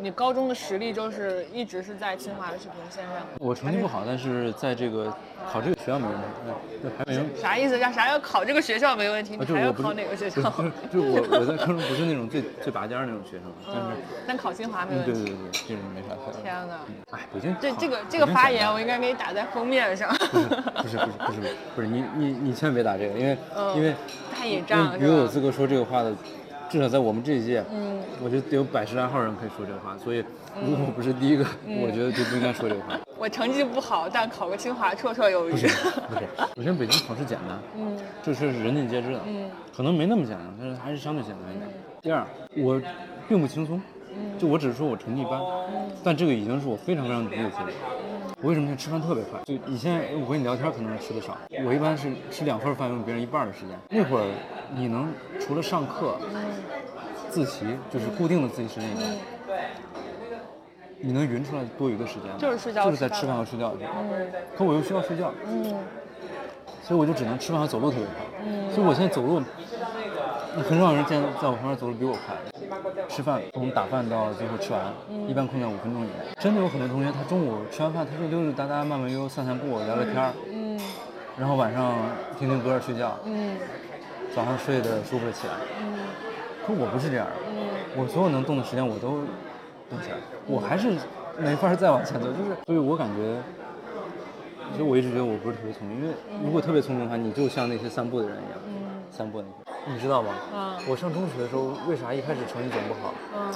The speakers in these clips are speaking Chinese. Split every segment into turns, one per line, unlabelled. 你高中的实力就是一直是在清华的水平线上。
我成绩不好，但是在这个考这个学校没问题，嗯对，排名。
啥意思？啥啥要考这个学校没问题，
啊，
你
就
还
是
要
我不
考
是
哪 个学
不
校
是？不是就是我我在 高中不是那种最最拔尖儿那种学生，但
嗯
是，
但考清华没
嗯
问
对
题。
对对，对这种没啥太大。
天哪！
哎，北京
这
好
这个
北
这个
京
发
好
言，
大
我应该给你打在封面上。
不是不是不是不是你你你千万别打这个，因为、
嗯
因为
太引
因
战
为
了，
有有
是
资
吧？
格说这个话的，至少在我们这一届，
嗯，
我觉得得有百十来号人可以说这个话，所以如果我不是第一个，
嗯
我觉得就不应该说这个话。
我成绩不好，但考个清华绰绰有余
不。是不是，我觉得北京考试简单，
嗯
这是人尽皆知的，
嗯，
可能没那么简单，但是还是相对简单一点。第二，我并不轻松，
嗯
就我只是说我成绩一般，但这个已经是我非常非常努力的结果。
嗯
我为什么现在吃饭特别快？就以前我跟你聊天可能是吃的少，我一般是吃两份饭用别人一半的时间。那会儿你能除了上课、自习，就是固定的自习时间以
嗯
外。你能匀出来多余的时间吗，
就是睡觉
就是在
吃
吃
饭
饭和睡觉之间。可我又需要睡觉，
嗯
所以我就只能吃饭和走路特别快。所以我现在走路，很少有人见在我旁边走路比我快。吃饭从打饭到最后吃完，
嗯
一般控在五分钟以内。真的有很多同学，他中午吃完饭，他就溜溜达达、慢慢悠悠散散步、聊聊天儿，
嗯
然后晚上听听歌睡觉，
嗯
早上睡得舒服了起来。
嗯
可我不是这样的，
嗯，
我所有能动的时间我都动起来，我还是没法再往前走，就是所以我感觉。其实我一直觉得我不是特别聪明，因为如果特别聪明的话，你就像那些散步的人一样，散步那些，你知道吗？
嗯
我上中学的时候，为啥一开始成绩总不好？
嗯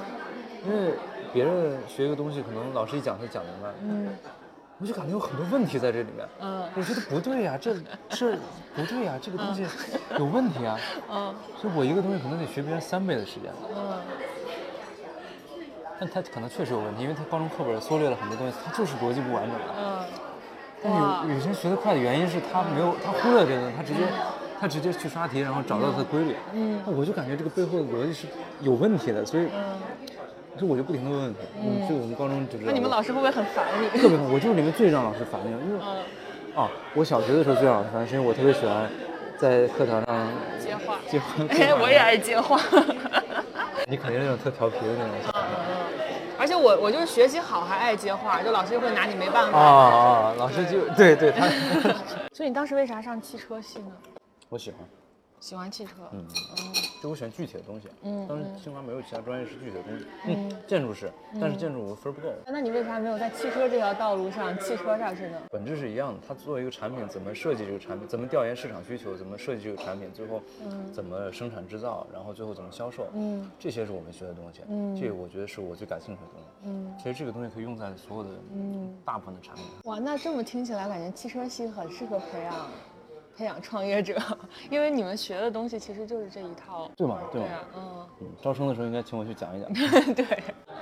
因为别人学一个东西，可能老师一讲他就讲明白，
嗯
我就感觉有很多问题在这里面。
嗯
我觉得不对呀、这这不对呀、这个东西有问题啊。
嗯
所以我一个东西可能得学别人三倍的时间，
嗯
但他可能确实有问题，因为他高中课本缩略了很多东西，他就是逻辑不完整的。
嗯，
但
哇
有有些人学得快的原因是他没有他忽略这个东西，他直接他直接去刷题，然后找到它的规律。
嗯
那我就感觉这个背后的逻辑是有问题的，所以就我就不停的问问题。嗯，所以我们高中就知道。
那你们老师会不会很烦你？
特别我就是里面最让老师烦的，因为
嗯，
啊，我小学的时候最让老师烦，是因为我特别喜欢在课堂上
接话。
接话。
哎， 我也爱接话。
你肯定是那种特调皮的那种小孩。
而且我我就是学习好还爱接话，就老师就会拿你没办
啊
法。
啊！老师就对对他，
所以你当时为啥上汽车系呢？
我喜欢，
喜欢汽车。
嗯，就我喜欢具体的东西。
嗯
当时
嗯
清华没有其他专业是具体的东西，嗯，建筑是，但是建筑我分儿不够。
那你为啥没有在汽车这条道路上汽车上去呢？
本质是一样的，它作为一个产品，怎么设计这个产品，怎么调研市场需求，怎么设计这个产品，最后怎么生产制造，然后最后怎么销售，
嗯
这些是我们学的东西，
嗯
这个我觉得是我最感兴趣的东西。
嗯
其实这个东西可以用在所有的
嗯，
大部分的产品。
哇，那这么听起来，感觉汽车系很适合培养培养创业者， 因为你们学的东西其实就是这一套。
对吗？对
对
吗？
啊，嗯，
嗯，招生的时候应该请我去讲一讲。
对。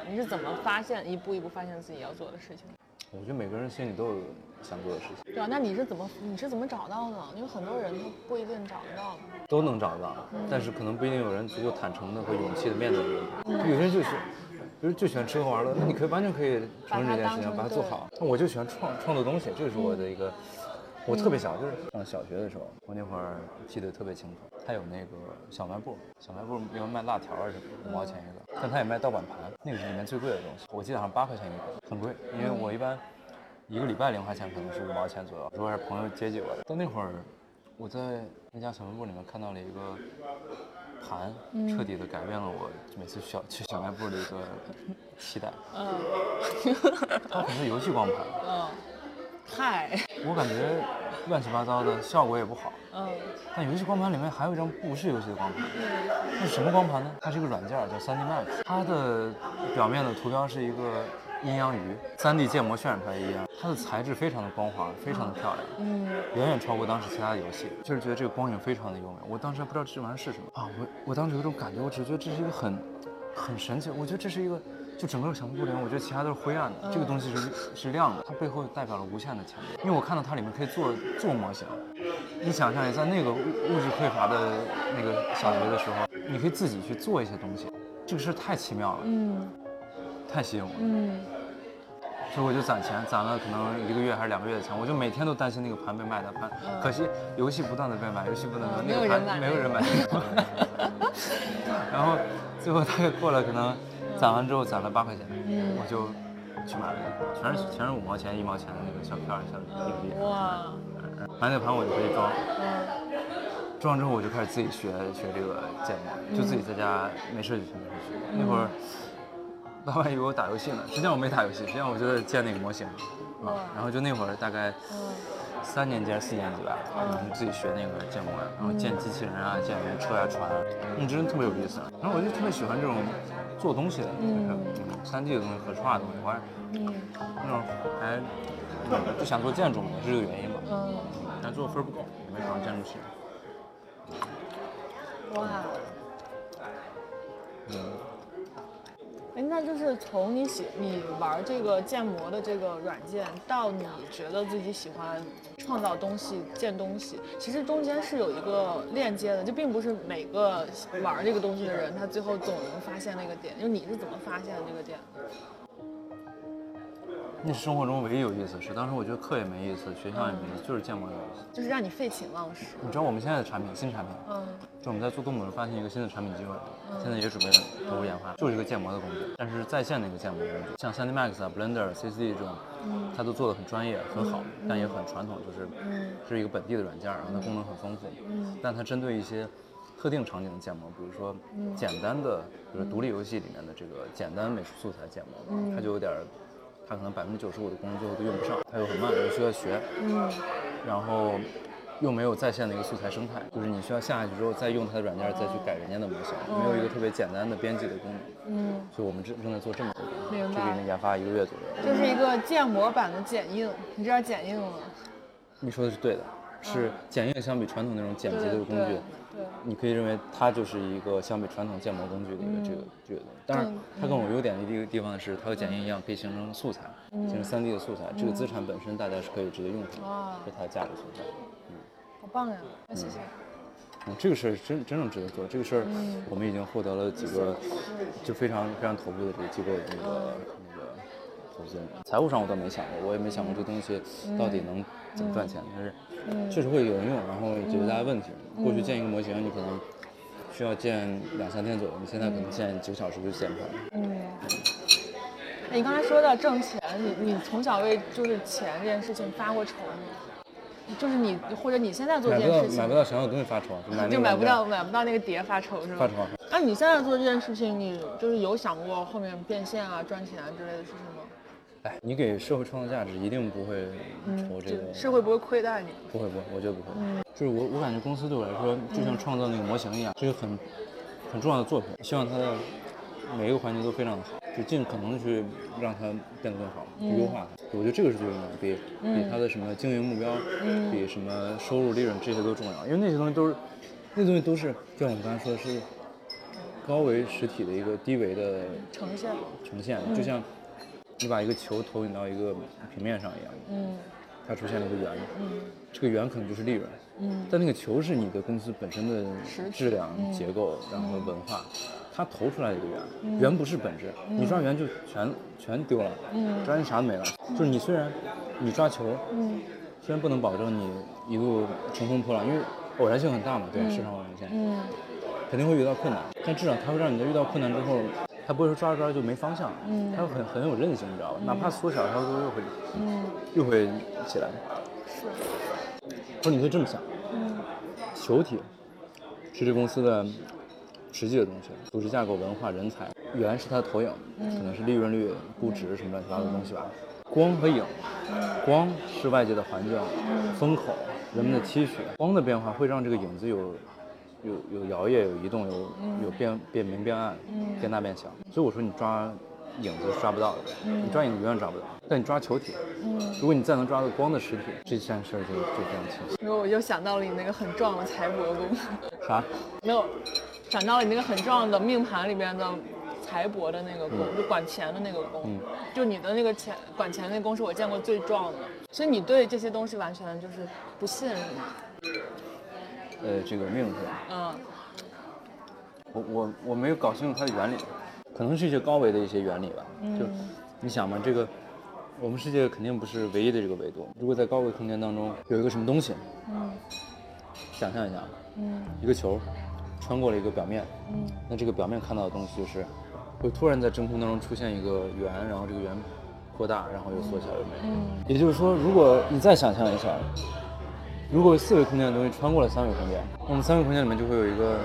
你是怎么发现一步一步发现自己要做的事情？
我觉得每个人心里都有想做的事情，
对啊，那你是怎么你是怎么找到呢？因为很多人他不一定找得到。
都能找到，但是可能不一定有人足够坦诚的和勇气的面对这个问题。有些人就是，比如就喜欢吃喝玩乐，那你可以完全可以承认这件事情，把
把它当成
它做好。我就喜欢创创作东西，这个是我的一个。我特别小，就是上呃小学的时候，我那会儿记得特别清楚。他有那个小卖部，小卖部里面卖辣条啊什么的，五毛钱一个，但他也卖盗版盘，那个是里面最贵的东西。我记得好像八块钱一个，很贵，因为我一般一个礼拜零花钱可能是五毛钱左右，如果是朋友接济我的。但那会儿我在那家小卖部里面看到了一个盘，彻底的改变了我每次小去小卖部的一个期待。
嗯
它可能是游戏光盘，
嗯， 嗨，
我感觉乱七八糟的，效果也不好。
嗯
但游戏光盘里面还有一张不是游戏的光盘，那是什么光盘呢？它是一个软件儿叫 3D Max，它的表面的图标是一个阴阳鱼，3D 建模渲染出来的阴阳，它的材质非常的光滑，非常的漂亮。
嗯
远远超过当时其他的游戏，就是觉得这个光影非常的优美。我当时还不知道这玩意儿是什么啊，我我当时有一种感觉，我只觉得这是一个很很神奇，我觉得这是一个就整个小木屋里面，我觉得其他都是灰暗的，这个东西是是亮的，它背后代表了无限的潜力。因为我看到它里面可以做做模型，你想象一下，那个物物质匮乏的那个小学的时候，你可以自己去做一些东西，这个事儿太奇妙了，
嗯
太吸引我了。
嗯
所以我就攒钱，攒了可能一个月还是两个月的钱，我就每天都担心那个盘被卖掉，盘可惜游戏不断的被卖，游戏不断的
嗯
那
没
个
有人
盘
买 嗯
没有人买。然后最后大概过了可能攒完之后攒了八块钱，我就去买了一个，全是全是五毛钱、一毛钱的那个小片儿、小硬币。
嗯哇，
买那盘我就回去装，
嗯
装之后我就开始自己学学这个建模，就自己在家没事就去没事学。那会儿爸爸以为我打游戏呢，实际上我没打游戏，实际上我就在建那个模型。啊，然后就那会儿大概
嗯
三年级还是四年级吧，我们自己学那个建模呀，然后建机器人啊，建什么车呀、船啊，那真的特别有意思。然后我就特别喜欢这种做东西的，就是三 D 的东西、可视化的东西。我还
嗯
那会儿还不想做建筑嘛，也是这个原因吧。
嗯，
但做分儿不高，没考上建筑系。
哇，
嗯，
哎，那就是从你喜你玩这个建模的这个软件，到你觉得自己喜欢创造东西、建东西，其实中间是有一个链接的，就并不是每个玩这个东西的人，他最后总能发现那个点。就你是怎么发现的这个点的？
那是生活中唯一有意思的事。当时我觉得课也没意思，学校也没意思，就是建模有意思。
就是让你废寝忘食。
你知道我们现在的产品，新产品，
嗯
就我们在做动物的时候发现一个新的产品机会，现在也准备投入研发，就是一个建模的工具，但是在线的一个建模工具，像 3D Max 啊、Blender、CCD 这种，
嗯
它都做的很专业、很好，但也很传统，就是是一个本地的软件，然后它功能很丰富，
嗯
但它针对一些特定场景的建模，比如说
嗯
简单的，比如独立游戏里面的这个简单美术素材建模，
嗯
它就有点儿。它可能百分之九十五的功能最后都用不上，它又很慢，又需要学，
嗯
然后又没有在线的一个素材生态，就是你需要下去之后再用它的软件再去改人家的模型，没有一个特别简单的编辑的功能。
嗯，
所以我们正正在做这么一个
明
功能，这个已
白
经研发一个月左右。
就是一个建模版的剪映，你知道剪映吗？
你说的是对的，是剪映相比传统那种剪辑的工具
嗯对。对，
你可以认为它就是一个相比传统建模工具的一个
嗯
这个这个东西。当然，它更有优点的一个地方是，它和剪映一样可以形成素材，
嗯
形成 3D 的素材。这个资产本身大家是可以直接用它
哇
的，是它的价值所在。
好棒呀！那谢谢。
嗯，这个事儿真真正值得做。这个事儿，
嗯
我们已经获得了几个就非常非常头部的这个机构的那个
嗯
那个投资人。财务上我倒没想过，我也没想过这东西
嗯
到底能怎么赚钱，但是确实会有人用，然后解决大家问题。过
嗯
去建一个模型，你可能需要建两三天左右，你现在
嗯
可能建几个小时就建出来了。
你刚才说到挣钱，你你从小为就是钱这件事情发过愁吗？就是你或者你现在做
买
这
不
件
到
事情，
买不到想要的东西发愁，就买那
就
个
买
软
不
件
到买不到那个碟发愁是吗？
发愁啊。
那你现在做这件事情，你就是有想过后面变现啊、赚钱啊之类的事情吗？
哎，你给社会创造价值，一定不会愁
嗯就
这个。
社会不会亏待你？
不会不会，我觉得不会。就是我我感觉公司对我来说就像创造那个模型一样，这是很很重要的作品，希望它的每一个环节都非常的好，就尽可能地去让它变得更好，优化它。我觉得这个是最重要的，比、比它的什么经营目标，比什么收入利润这些都重要，因为那些东西都是那东西都是就像我们刚才说的是高维实体的一个低维的
呈现，
呈现，就像你把一个球投影到一个平面上一样。
嗯
它出现了一个圆，这个圆可能就是利润，
嗯
但那个球是你的公司本身的质量、结构，然后文化，它投出来一个圆，圆不是本质，你抓圆就全全丢了，抓圆啥都没了。就是你虽然你抓球，
嗯
虽然不能保证你一路乘风破浪，因为偶然性很大嘛，对吧，市场偶然性，
嗯
肯定会遇到困难，但至少它会让你在遇到困难之后，它不会说抓着抓着就没方向，嗯，它会很很有韧性，你知道吧？哪怕缩小，它都又会
嗯，
又会起来。
是，嗯
或者你可以这么想，球体是这公司的实际的东西，组织架构、文化、人才，圆是它的投影，可能是利润率、估值什么乱七八糟的东西吧。光和影，光是外界的环境、风口、人们的期许，光的变化会让这个影子有。有有摇曳，有移动，有有变变明变暗，变大变小。所以我说你抓影子是抓不到的，你抓影子永远抓不到，但你抓球体，如果你再能抓到光的实体，这件事儿就就非常清晰。
然后我就想到了你那个很壮的财帛宫，
啥？
没有想到了你那个很壮的命盘里边的财帛的那个宫，就管钱的那个宫，就你的那个钱管钱那宫是我见过最壮的，所以你对这些东西完全就是不信任嘛，
呃，这个命是吧？
嗯
我我我没有搞清楚它的原理，可能是一些高维的一些原理吧。就你想嘛，这个我们世界肯定不是唯一的这个维度。如果在高维空间当中有一个什么东西，想象一下，一个球穿过了一个表面，那这个表面看到的东西就是会突然在真空当中出现一个圆，然后这个圆扩大，然后又缩小又没了。也就是说，如果你再想象一下，如果四维空间的东西穿过了三维空间，那么三维空间里面就会有一个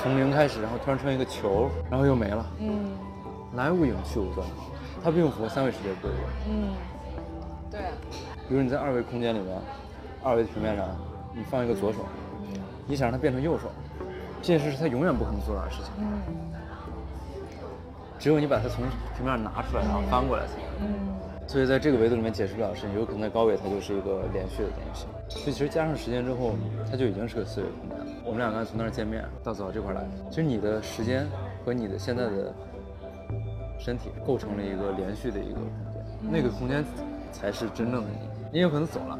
从零开始，然后突然出现一个球，然后又没了。
嗯
来无影去无踪，它并不符合三维世界规律。
嗯，对，啊
比如你在二维空间里面，二维平面上，你放一个左手，你想让它变成右手，这件事是它永远不可能做到的事情。
嗯
只有你把它从平面上拿出来，然后翻过来才能。
嗯
所以在这个维度里面解释不了的事情，有可能在高维它就是一个连续的东西。所以其实加上时间之后，它就已经是个四维空间了。我们两个从那儿见面到走到这块儿来，其实你的时间和你的现在的身体构成了一个连续的一个空间，那个空间才是真正的你。你有可能走了。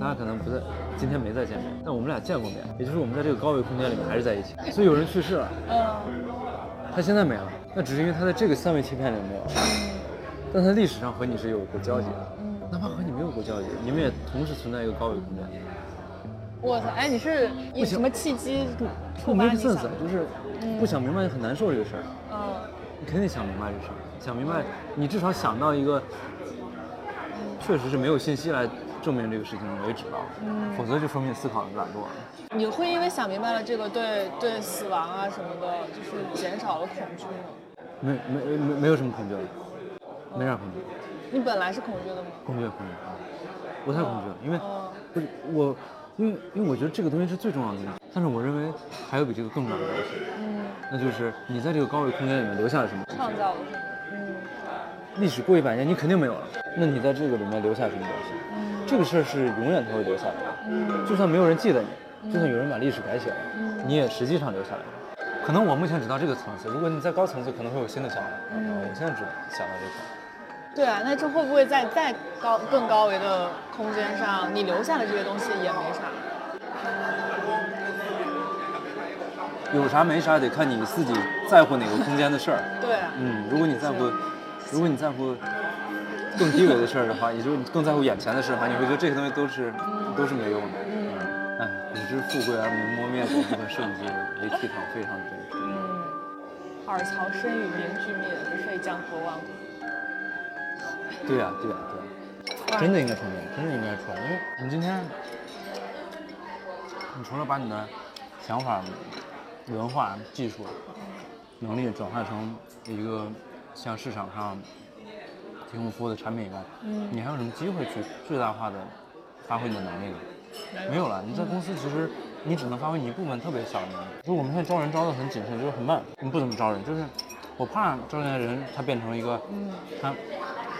咱俩可能不在，今天没再见面，但我们俩见过面，也就是我们在这个高维空间里面还是在一起。所以有人去世了，
嗯
他现在没了，那只是因为他在这个三维切片里没有，
嗯
但他历史上和你是有过交集的，哪怕和你没有过交集，你们也同时存在一个高维空间。
嗯我操，哎，你是以什么契机触发
make
你想
sense，？就是不想明白很难受这个事儿，啊
嗯
你肯定想明白这事儿，啊想明白，你至少想到一个，
嗯
确实是没有信息来证明这个事情为止了，
嗯
否则就说明你思考的软弱了。
你会因为想明白了这个对对死亡啊什么的，就是减少了恐惧吗？
没没没没有什么恐惧了，没啥恐惧，
你本来是恐惧的吗？
恐惧恐惧，啊不太恐惧了，因为。
嗯
不是我，因为因为我觉得这个东西是最重要的东西，但是我认为还有比这个更重要的东西，
嗯，
那就是你在这个高维空间里面留下了什么东
创
西。
造了什么？嗯
历史过一百年，你肯定没有了，那你在这个里面留下什么东西？这个事儿是永远它会留下来的，就算没有人记得你，就算有人把历史改写了，你也实际上留下来了。可能我目前只到这个层次，如果你在高层次，可能会有新的想法。我现在只想到这块。
对啊，那这会不会在再高更高维的空间上，你留下的这些东西也没啥？
有啥没啥，得看你自己在乎哪个空间的事儿。
对啊，
嗯，如果你在乎，如果你在乎更低维的事儿的话，也就是你更在乎眼前的事儿的话，你会觉得这些东西都是都是没用的。嗯，哎，不知富贵而名磨灭的这个圣迹为倜傥非常真。
尔曹生与民俱灭，不废江河万古。
对呀、对呀、啊对呀、真的应该创建，真的应该创建，因为你今天，你除了把你的想法、文化、技术能力转化成一个向市场上提供服务的产品以外，你还有什么机会去最大化的发挥你的能力呢？没有了，你在公司其实你只能发挥你一部分特别小的能力。就是我们现在招人招的很谨慎，就是很慢，我们不怎么招人，就是我怕招进来人他变成一个，他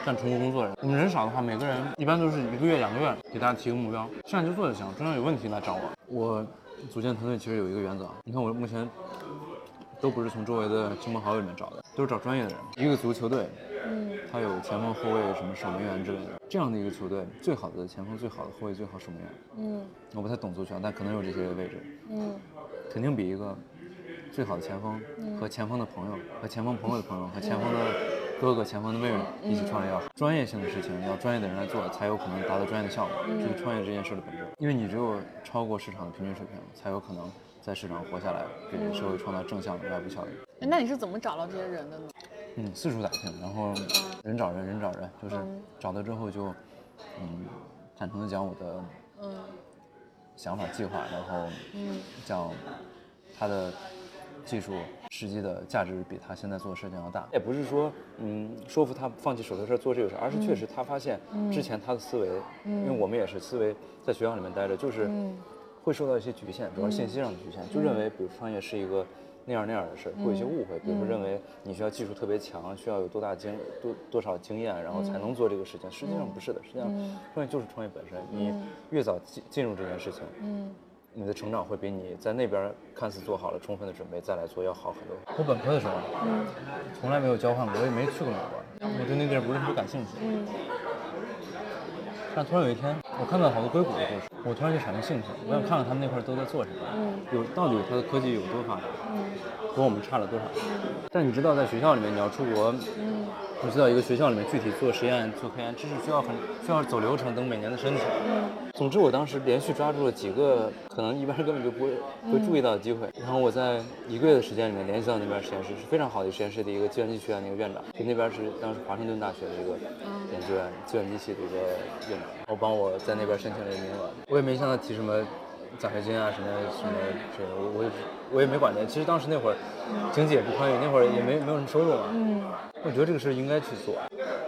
干重复工作的人。我们人少的话，每个人一般都是一个月两个月给大家提个目标，这样就做就行，中间有问题来找我。我组建团队其实有一个原则，啊你看我目前都不是从周围的亲朋好友里面找的，都是找专业的人。一个足球队，他有前锋、后卫、什么守门员之类的，这样的一个球队，最好的前锋、最好的后卫、最好守门员，
嗯
我不太懂足球，但可能有这些位置，
嗯
肯定比一个最好的前锋和前锋的朋友和前锋朋友的朋友和前锋的哥哥、前锋的妹妹一起创业要好专业性的事情，要专业的人来做，才有可能达到专业的效果。这是创业这件事的本质，因为你只有超过市场的平均水平，才有可能在市场活下来，给社会创造正向的外部效益。
哎那你是怎么找到这些人的呢？
嗯，四处打听，然后人找人，人找人，就是找到之后就，嗯，坦诚的讲我的
嗯
想法、计划，然后讲他的技术实际的价值比他现在做的事情要大。也不是说嗯说服他放弃手头事儿做这个事儿，而是确实他发现之前他的思维，因为我们也是思维在学校里面待着，就是会受到一些局限，主要是信息上的局限，就认为比如创业是一个。那样那样的事儿，会有一些误会，比如说认为你需要技术特别强，需要有多大经多多少经验，然后才能做这个事情。实际上不是的，实际上创业就是创业本身。你越早进进入这件事情，
嗯
你的成长会比你在那边看似做好了充分的准备再来做要好很多。我本科的时候，从来没有交换过，我也没去过美国，我对那地儿不是特别感兴趣。但突然有一天，我看到好多硅谷的故事，我突然就产生兴趣，我想看看他们那块儿都在做什么，有到底它的科技有多发达，和我们差了多少。但你知道，在学校里面，你要出国你知道一个学校里面具体做实验、做科研，这是需要很需要走流程等每年的申请。总之，我当时连续抓住了几个可能一般人根本就不会不会注意到的机会。然后我在一个月的时间里面联系到那边实验室，是非常好的实验室的一个计算机学院的一个院长，就那边是当时华盛顿大学的一个研究院计算机系的一个院长，我帮我在那边申请了一个名额。我也没向他提什么奖学金啊什么什么这个，我我也我也没管他。其实当时那会儿经济也不宽裕，那会儿也没没有什么收入嘛。
嗯
我觉得这个事应该去做，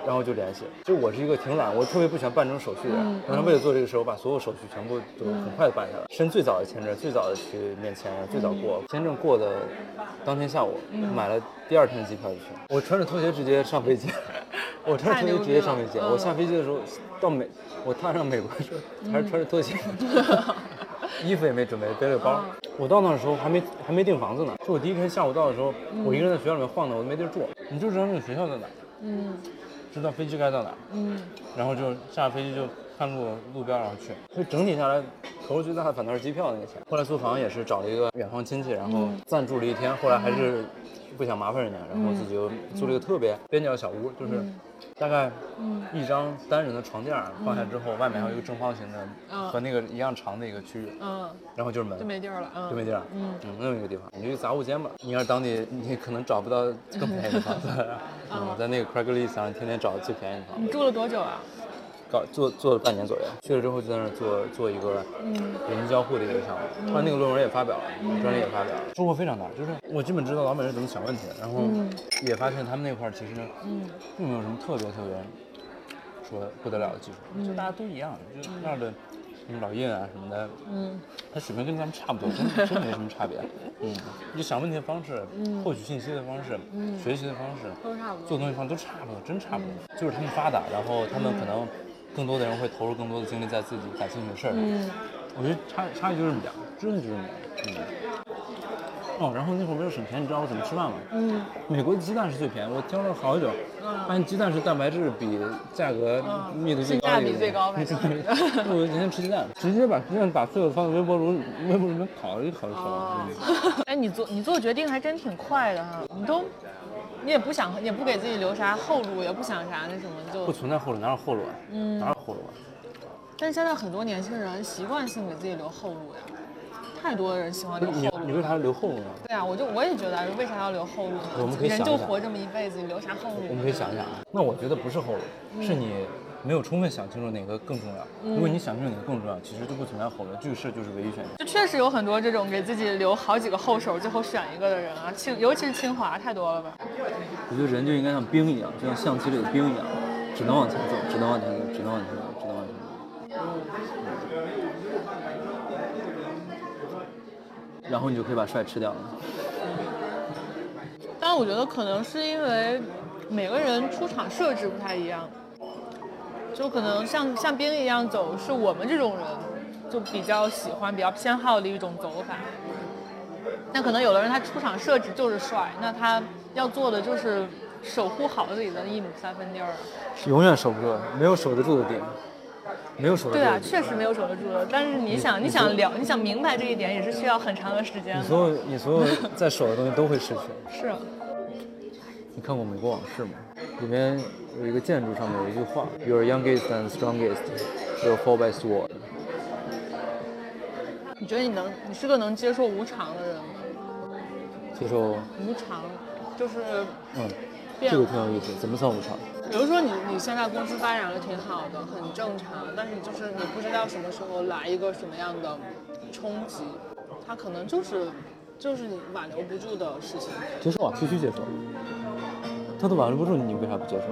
然后就联系。就我是一个挺懒，我特别不喜欢办这种手续的人。
嗯
然后为了做这个事，我把所有手续全部都很快的办下来，申最早的签证，最早的去面签，最早
嗯
过签证过的当天下午，买了第二天的机票就去了。我穿着拖鞋直接上飞机，我穿着拖鞋直接上飞
太牛逼
机。
了嗯
我下飞机的时候到美，我踏上美国的时候还是穿着拖鞋。衣服也没准备，背了个包。我到那儿的时候还没还没订房子呢，就我第一天下午到的时候，我一个人在学校里面晃荡，我都没地儿住。你就知道那个学校在哪儿，
嗯
知道飞机该到哪儿，
嗯，
然后就下了飞机就看路路边儿然后去。所以整体下来，投入最大的反倒是机票那个钱。后来租房也是找了一个远方亲戚，然后暂住了一天，后来还是不想麻烦人家，然后自己又租了一个特别边角的小屋，就是大概一张单人的床垫儿放下之后，外面还有一个正方形的
嗯
和那个一样长的一个区域，
嗯，
然后就是门
就。没地儿了，嗯，
就没地儿，
嗯，
那么一个地方，你去杂物间吧。你要是当地，你可能找不到更便宜的房子。 嗯，我在那个 Craigslist 上天天找最便宜的房
你
子，
住了多久啊？
搞做做了半年左右。去了之后就在那儿做做一个人机交互的一个项目，后来那个论文也发表了，专利也发表了，嗯收获非常大。就是我基本知道老美是怎么想问题的，然后也发现他们那块儿其实
嗯
并没有什么特别特别说不得了的技
嗯
术，就大家都一样，就那儿的什么老印啊什么的，
嗯
他水平跟咱们差不多， 真真没什么差别。嗯，你想问题的方式、获取信息的方式、学习的方式、
嗯都差不多嗯
做东西方式都差不多，真差不多。就是他们发达，然后他们可能更多的人会投入更多的精力在自己感兴趣的事儿上。
嗯
我觉得差差距就是这么点儿，真的就是这么点儿。嗯。哦，然后那会儿为了省钱，你知道我怎么吃饭吗？
嗯，
美国的鸡蛋是最便宜，我挑了好久，发现鸡蛋是蛋白质比价格密度最高的一
嗯性价比
个，
最高反正
我就天天吃鸡蛋，直接把鸡蛋打碎了放在微波炉微波炉里面烤了就烤就熟了。嗯
哎，你做你做决定还真挺快的哈，你都，你也不想，也不给自己留啥后路，也不想啥那什么，
不
就。
存在后路，哪有后路啊？
嗯
哪有后路啊？
但是现在很多年轻人习惯性给自己留后路呀，太多人喜欢留
你
后
啊你
路。
为啥留后路呢？
对啊，我就我也觉得，为啥要留后路呢？
我们可以
人
想一
就
想
活这么一辈子，你留啥后路？
我们可以想一想啊。那我觉得不是后路，
嗯
是你没有充分想清楚哪个更重要。如果你想清楚哪个更重要，其实就不存在后路，这个事就是唯一选择。
就确实有很多这种给自己留好几个后手，最后选一个的人啊，清尤其是清华太多了吧？
我觉得人就应该像冰一样，就像象棋里的冰一样，只能往前走，只能往前走，只能往前走，只能往前走。然后你就可以把帅吃掉了。
但我觉得可能是因为每个人出场设置不太一样，就可能像像冰一样走，是我们这种人就比较喜欢、比较偏好的一种走法。那可能有的人他出场设置就是帅，那他要做的就是守护好自己的一亩三分地儿啊。
永远守不住，没有守得住的地，没有守得住
对啊
的，地。
确实没有守得住的。但是你想，你想了，你想明白这一点，也是需要很长的时间
你
的。
所有你所有在守的东西都会失去。
是啊，
你看过《美国往事》吗？里面有一个建筑上面有一句话：“Your youngest and strongest will fall by sword。”
你觉得你能，你是个能接受无常的人吗？
接受，
无常就是
嗯，
变
这个挺有意思。怎么算无常？
比如说你你现在公司发展的挺好的，很正常，但是就是你不知道什么时候来一个什么样的冲击，它可能就是就是你挽留不住的事情。
接受啊，必须接受。他都挽留不住你，你为啥不接受？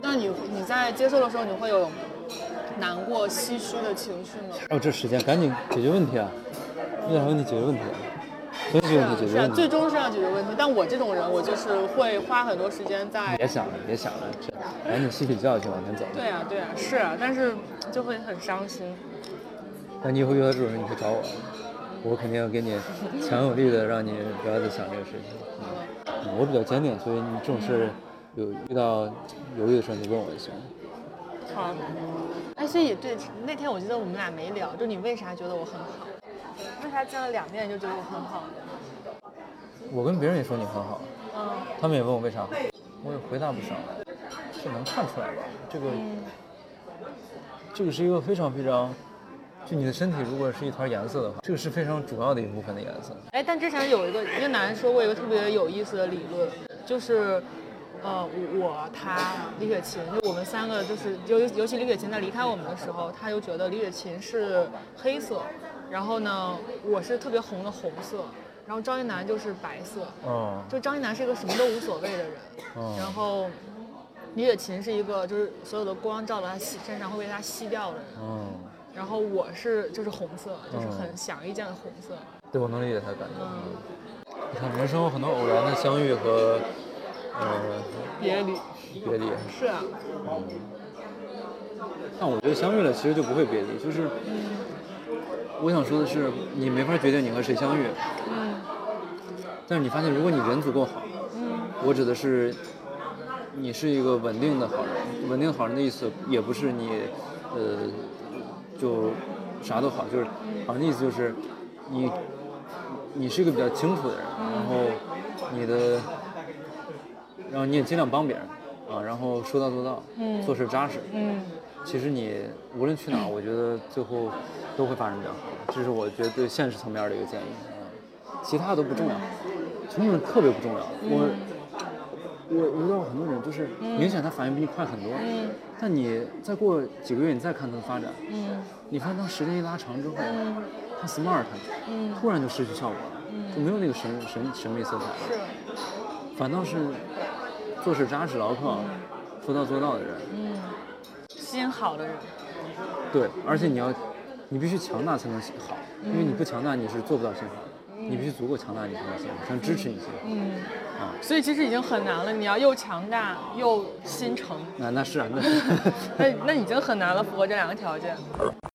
那你你在接受的时候，你会有难过、唏嘘的情绪吗？
哦，这时间赶紧解决问题啊！遇到啥问题解决问题啊，分析
是
问
啊
题解
是
决
啊，
问
最
题。
终是要解决问题。但我这种人，我就是会花很多时间在
别想了，别想了，这赶紧吸取教训，往前走。
对啊对啊是啊，但是就会很伤心。
那你以后遇到这种人，你可以找我，我肯定要给你强有力的，让你不要再想这个事情。
嗯
嗯我比较坚定，所以你这种事有遇到犹豫的时候，你问我就行。
好，哎，所以对，那天我记得我们俩没聊，就你为啥觉得我很好？为啥见了两面就觉得我很好？
我跟别人也说你很好，
嗯，
他们也问我为啥，我也回答不上来，这能看出来吧？这个，这个是一个非常非常，就你的身体如果是一团颜色的话，这个是非常主要的一部分的颜色。
哎，但之前有一个一个男人说过一个特别有意思的理论，就是，呃，我我他李雪琴，就我们三个，就是尤尤其李雪琴在离开我们的时候，他就觉得李雪琴是黑色，然后呢，我是特别红的红色，然后张一楠就是白色，
嗯，
就张一楠是一个什么都无所谓的人，
哦
然后李雪琴是一个就是所有的光照到她吸身上会被她吸掉的人，
嗯，
然后我是就是红色，就是
哦
很显而易见的红色，
对我能理解他的感觉。
嗯，
你看，人生有很多偶然的相遇和，呃，
别理
别离。
是啊。
但我觉得相遇了，其实就不会别离。就是我想说的是，你没法决定你和谁相遇，但是你发现，如果你人足够好，我指的是你是一个稳定的好人。稳定好人的意思，也不是你呃就啥都好，就是好人的意思就是你你是一个比较清楚的人，然后你的然后你也尽量帮别人啊，然后说到做到，做事扎实，
嗯
其实你无论去哪儿，我觉得最后 都会发展比较好。这是我觉得对现实层面的一个建议啊，其他都不重要，真的特别不重要。
嗯
我我我遇到很多人，就是明显他反应比你快很多，但你再过几个月，你再看他的发展，
嗯
你发现他时间一拉长之后，
嗯
他 smart，
嗯
突然就失去效果了，就没有那个神神神秘色彩了。
是，啊
反倒是做事扎实牢靠、说到做到的人。
嗯，心好的人，
对，而且你要，你必须强大才能好，因为你不强大你是做不到心好的，你必须足够强大你才能心好，才能支持你心好。
嗯，
啊
所以其实已经很难了，你要又强大又心诚，哎
那那是啊，那是
那那已经很难了，符合这两个条件。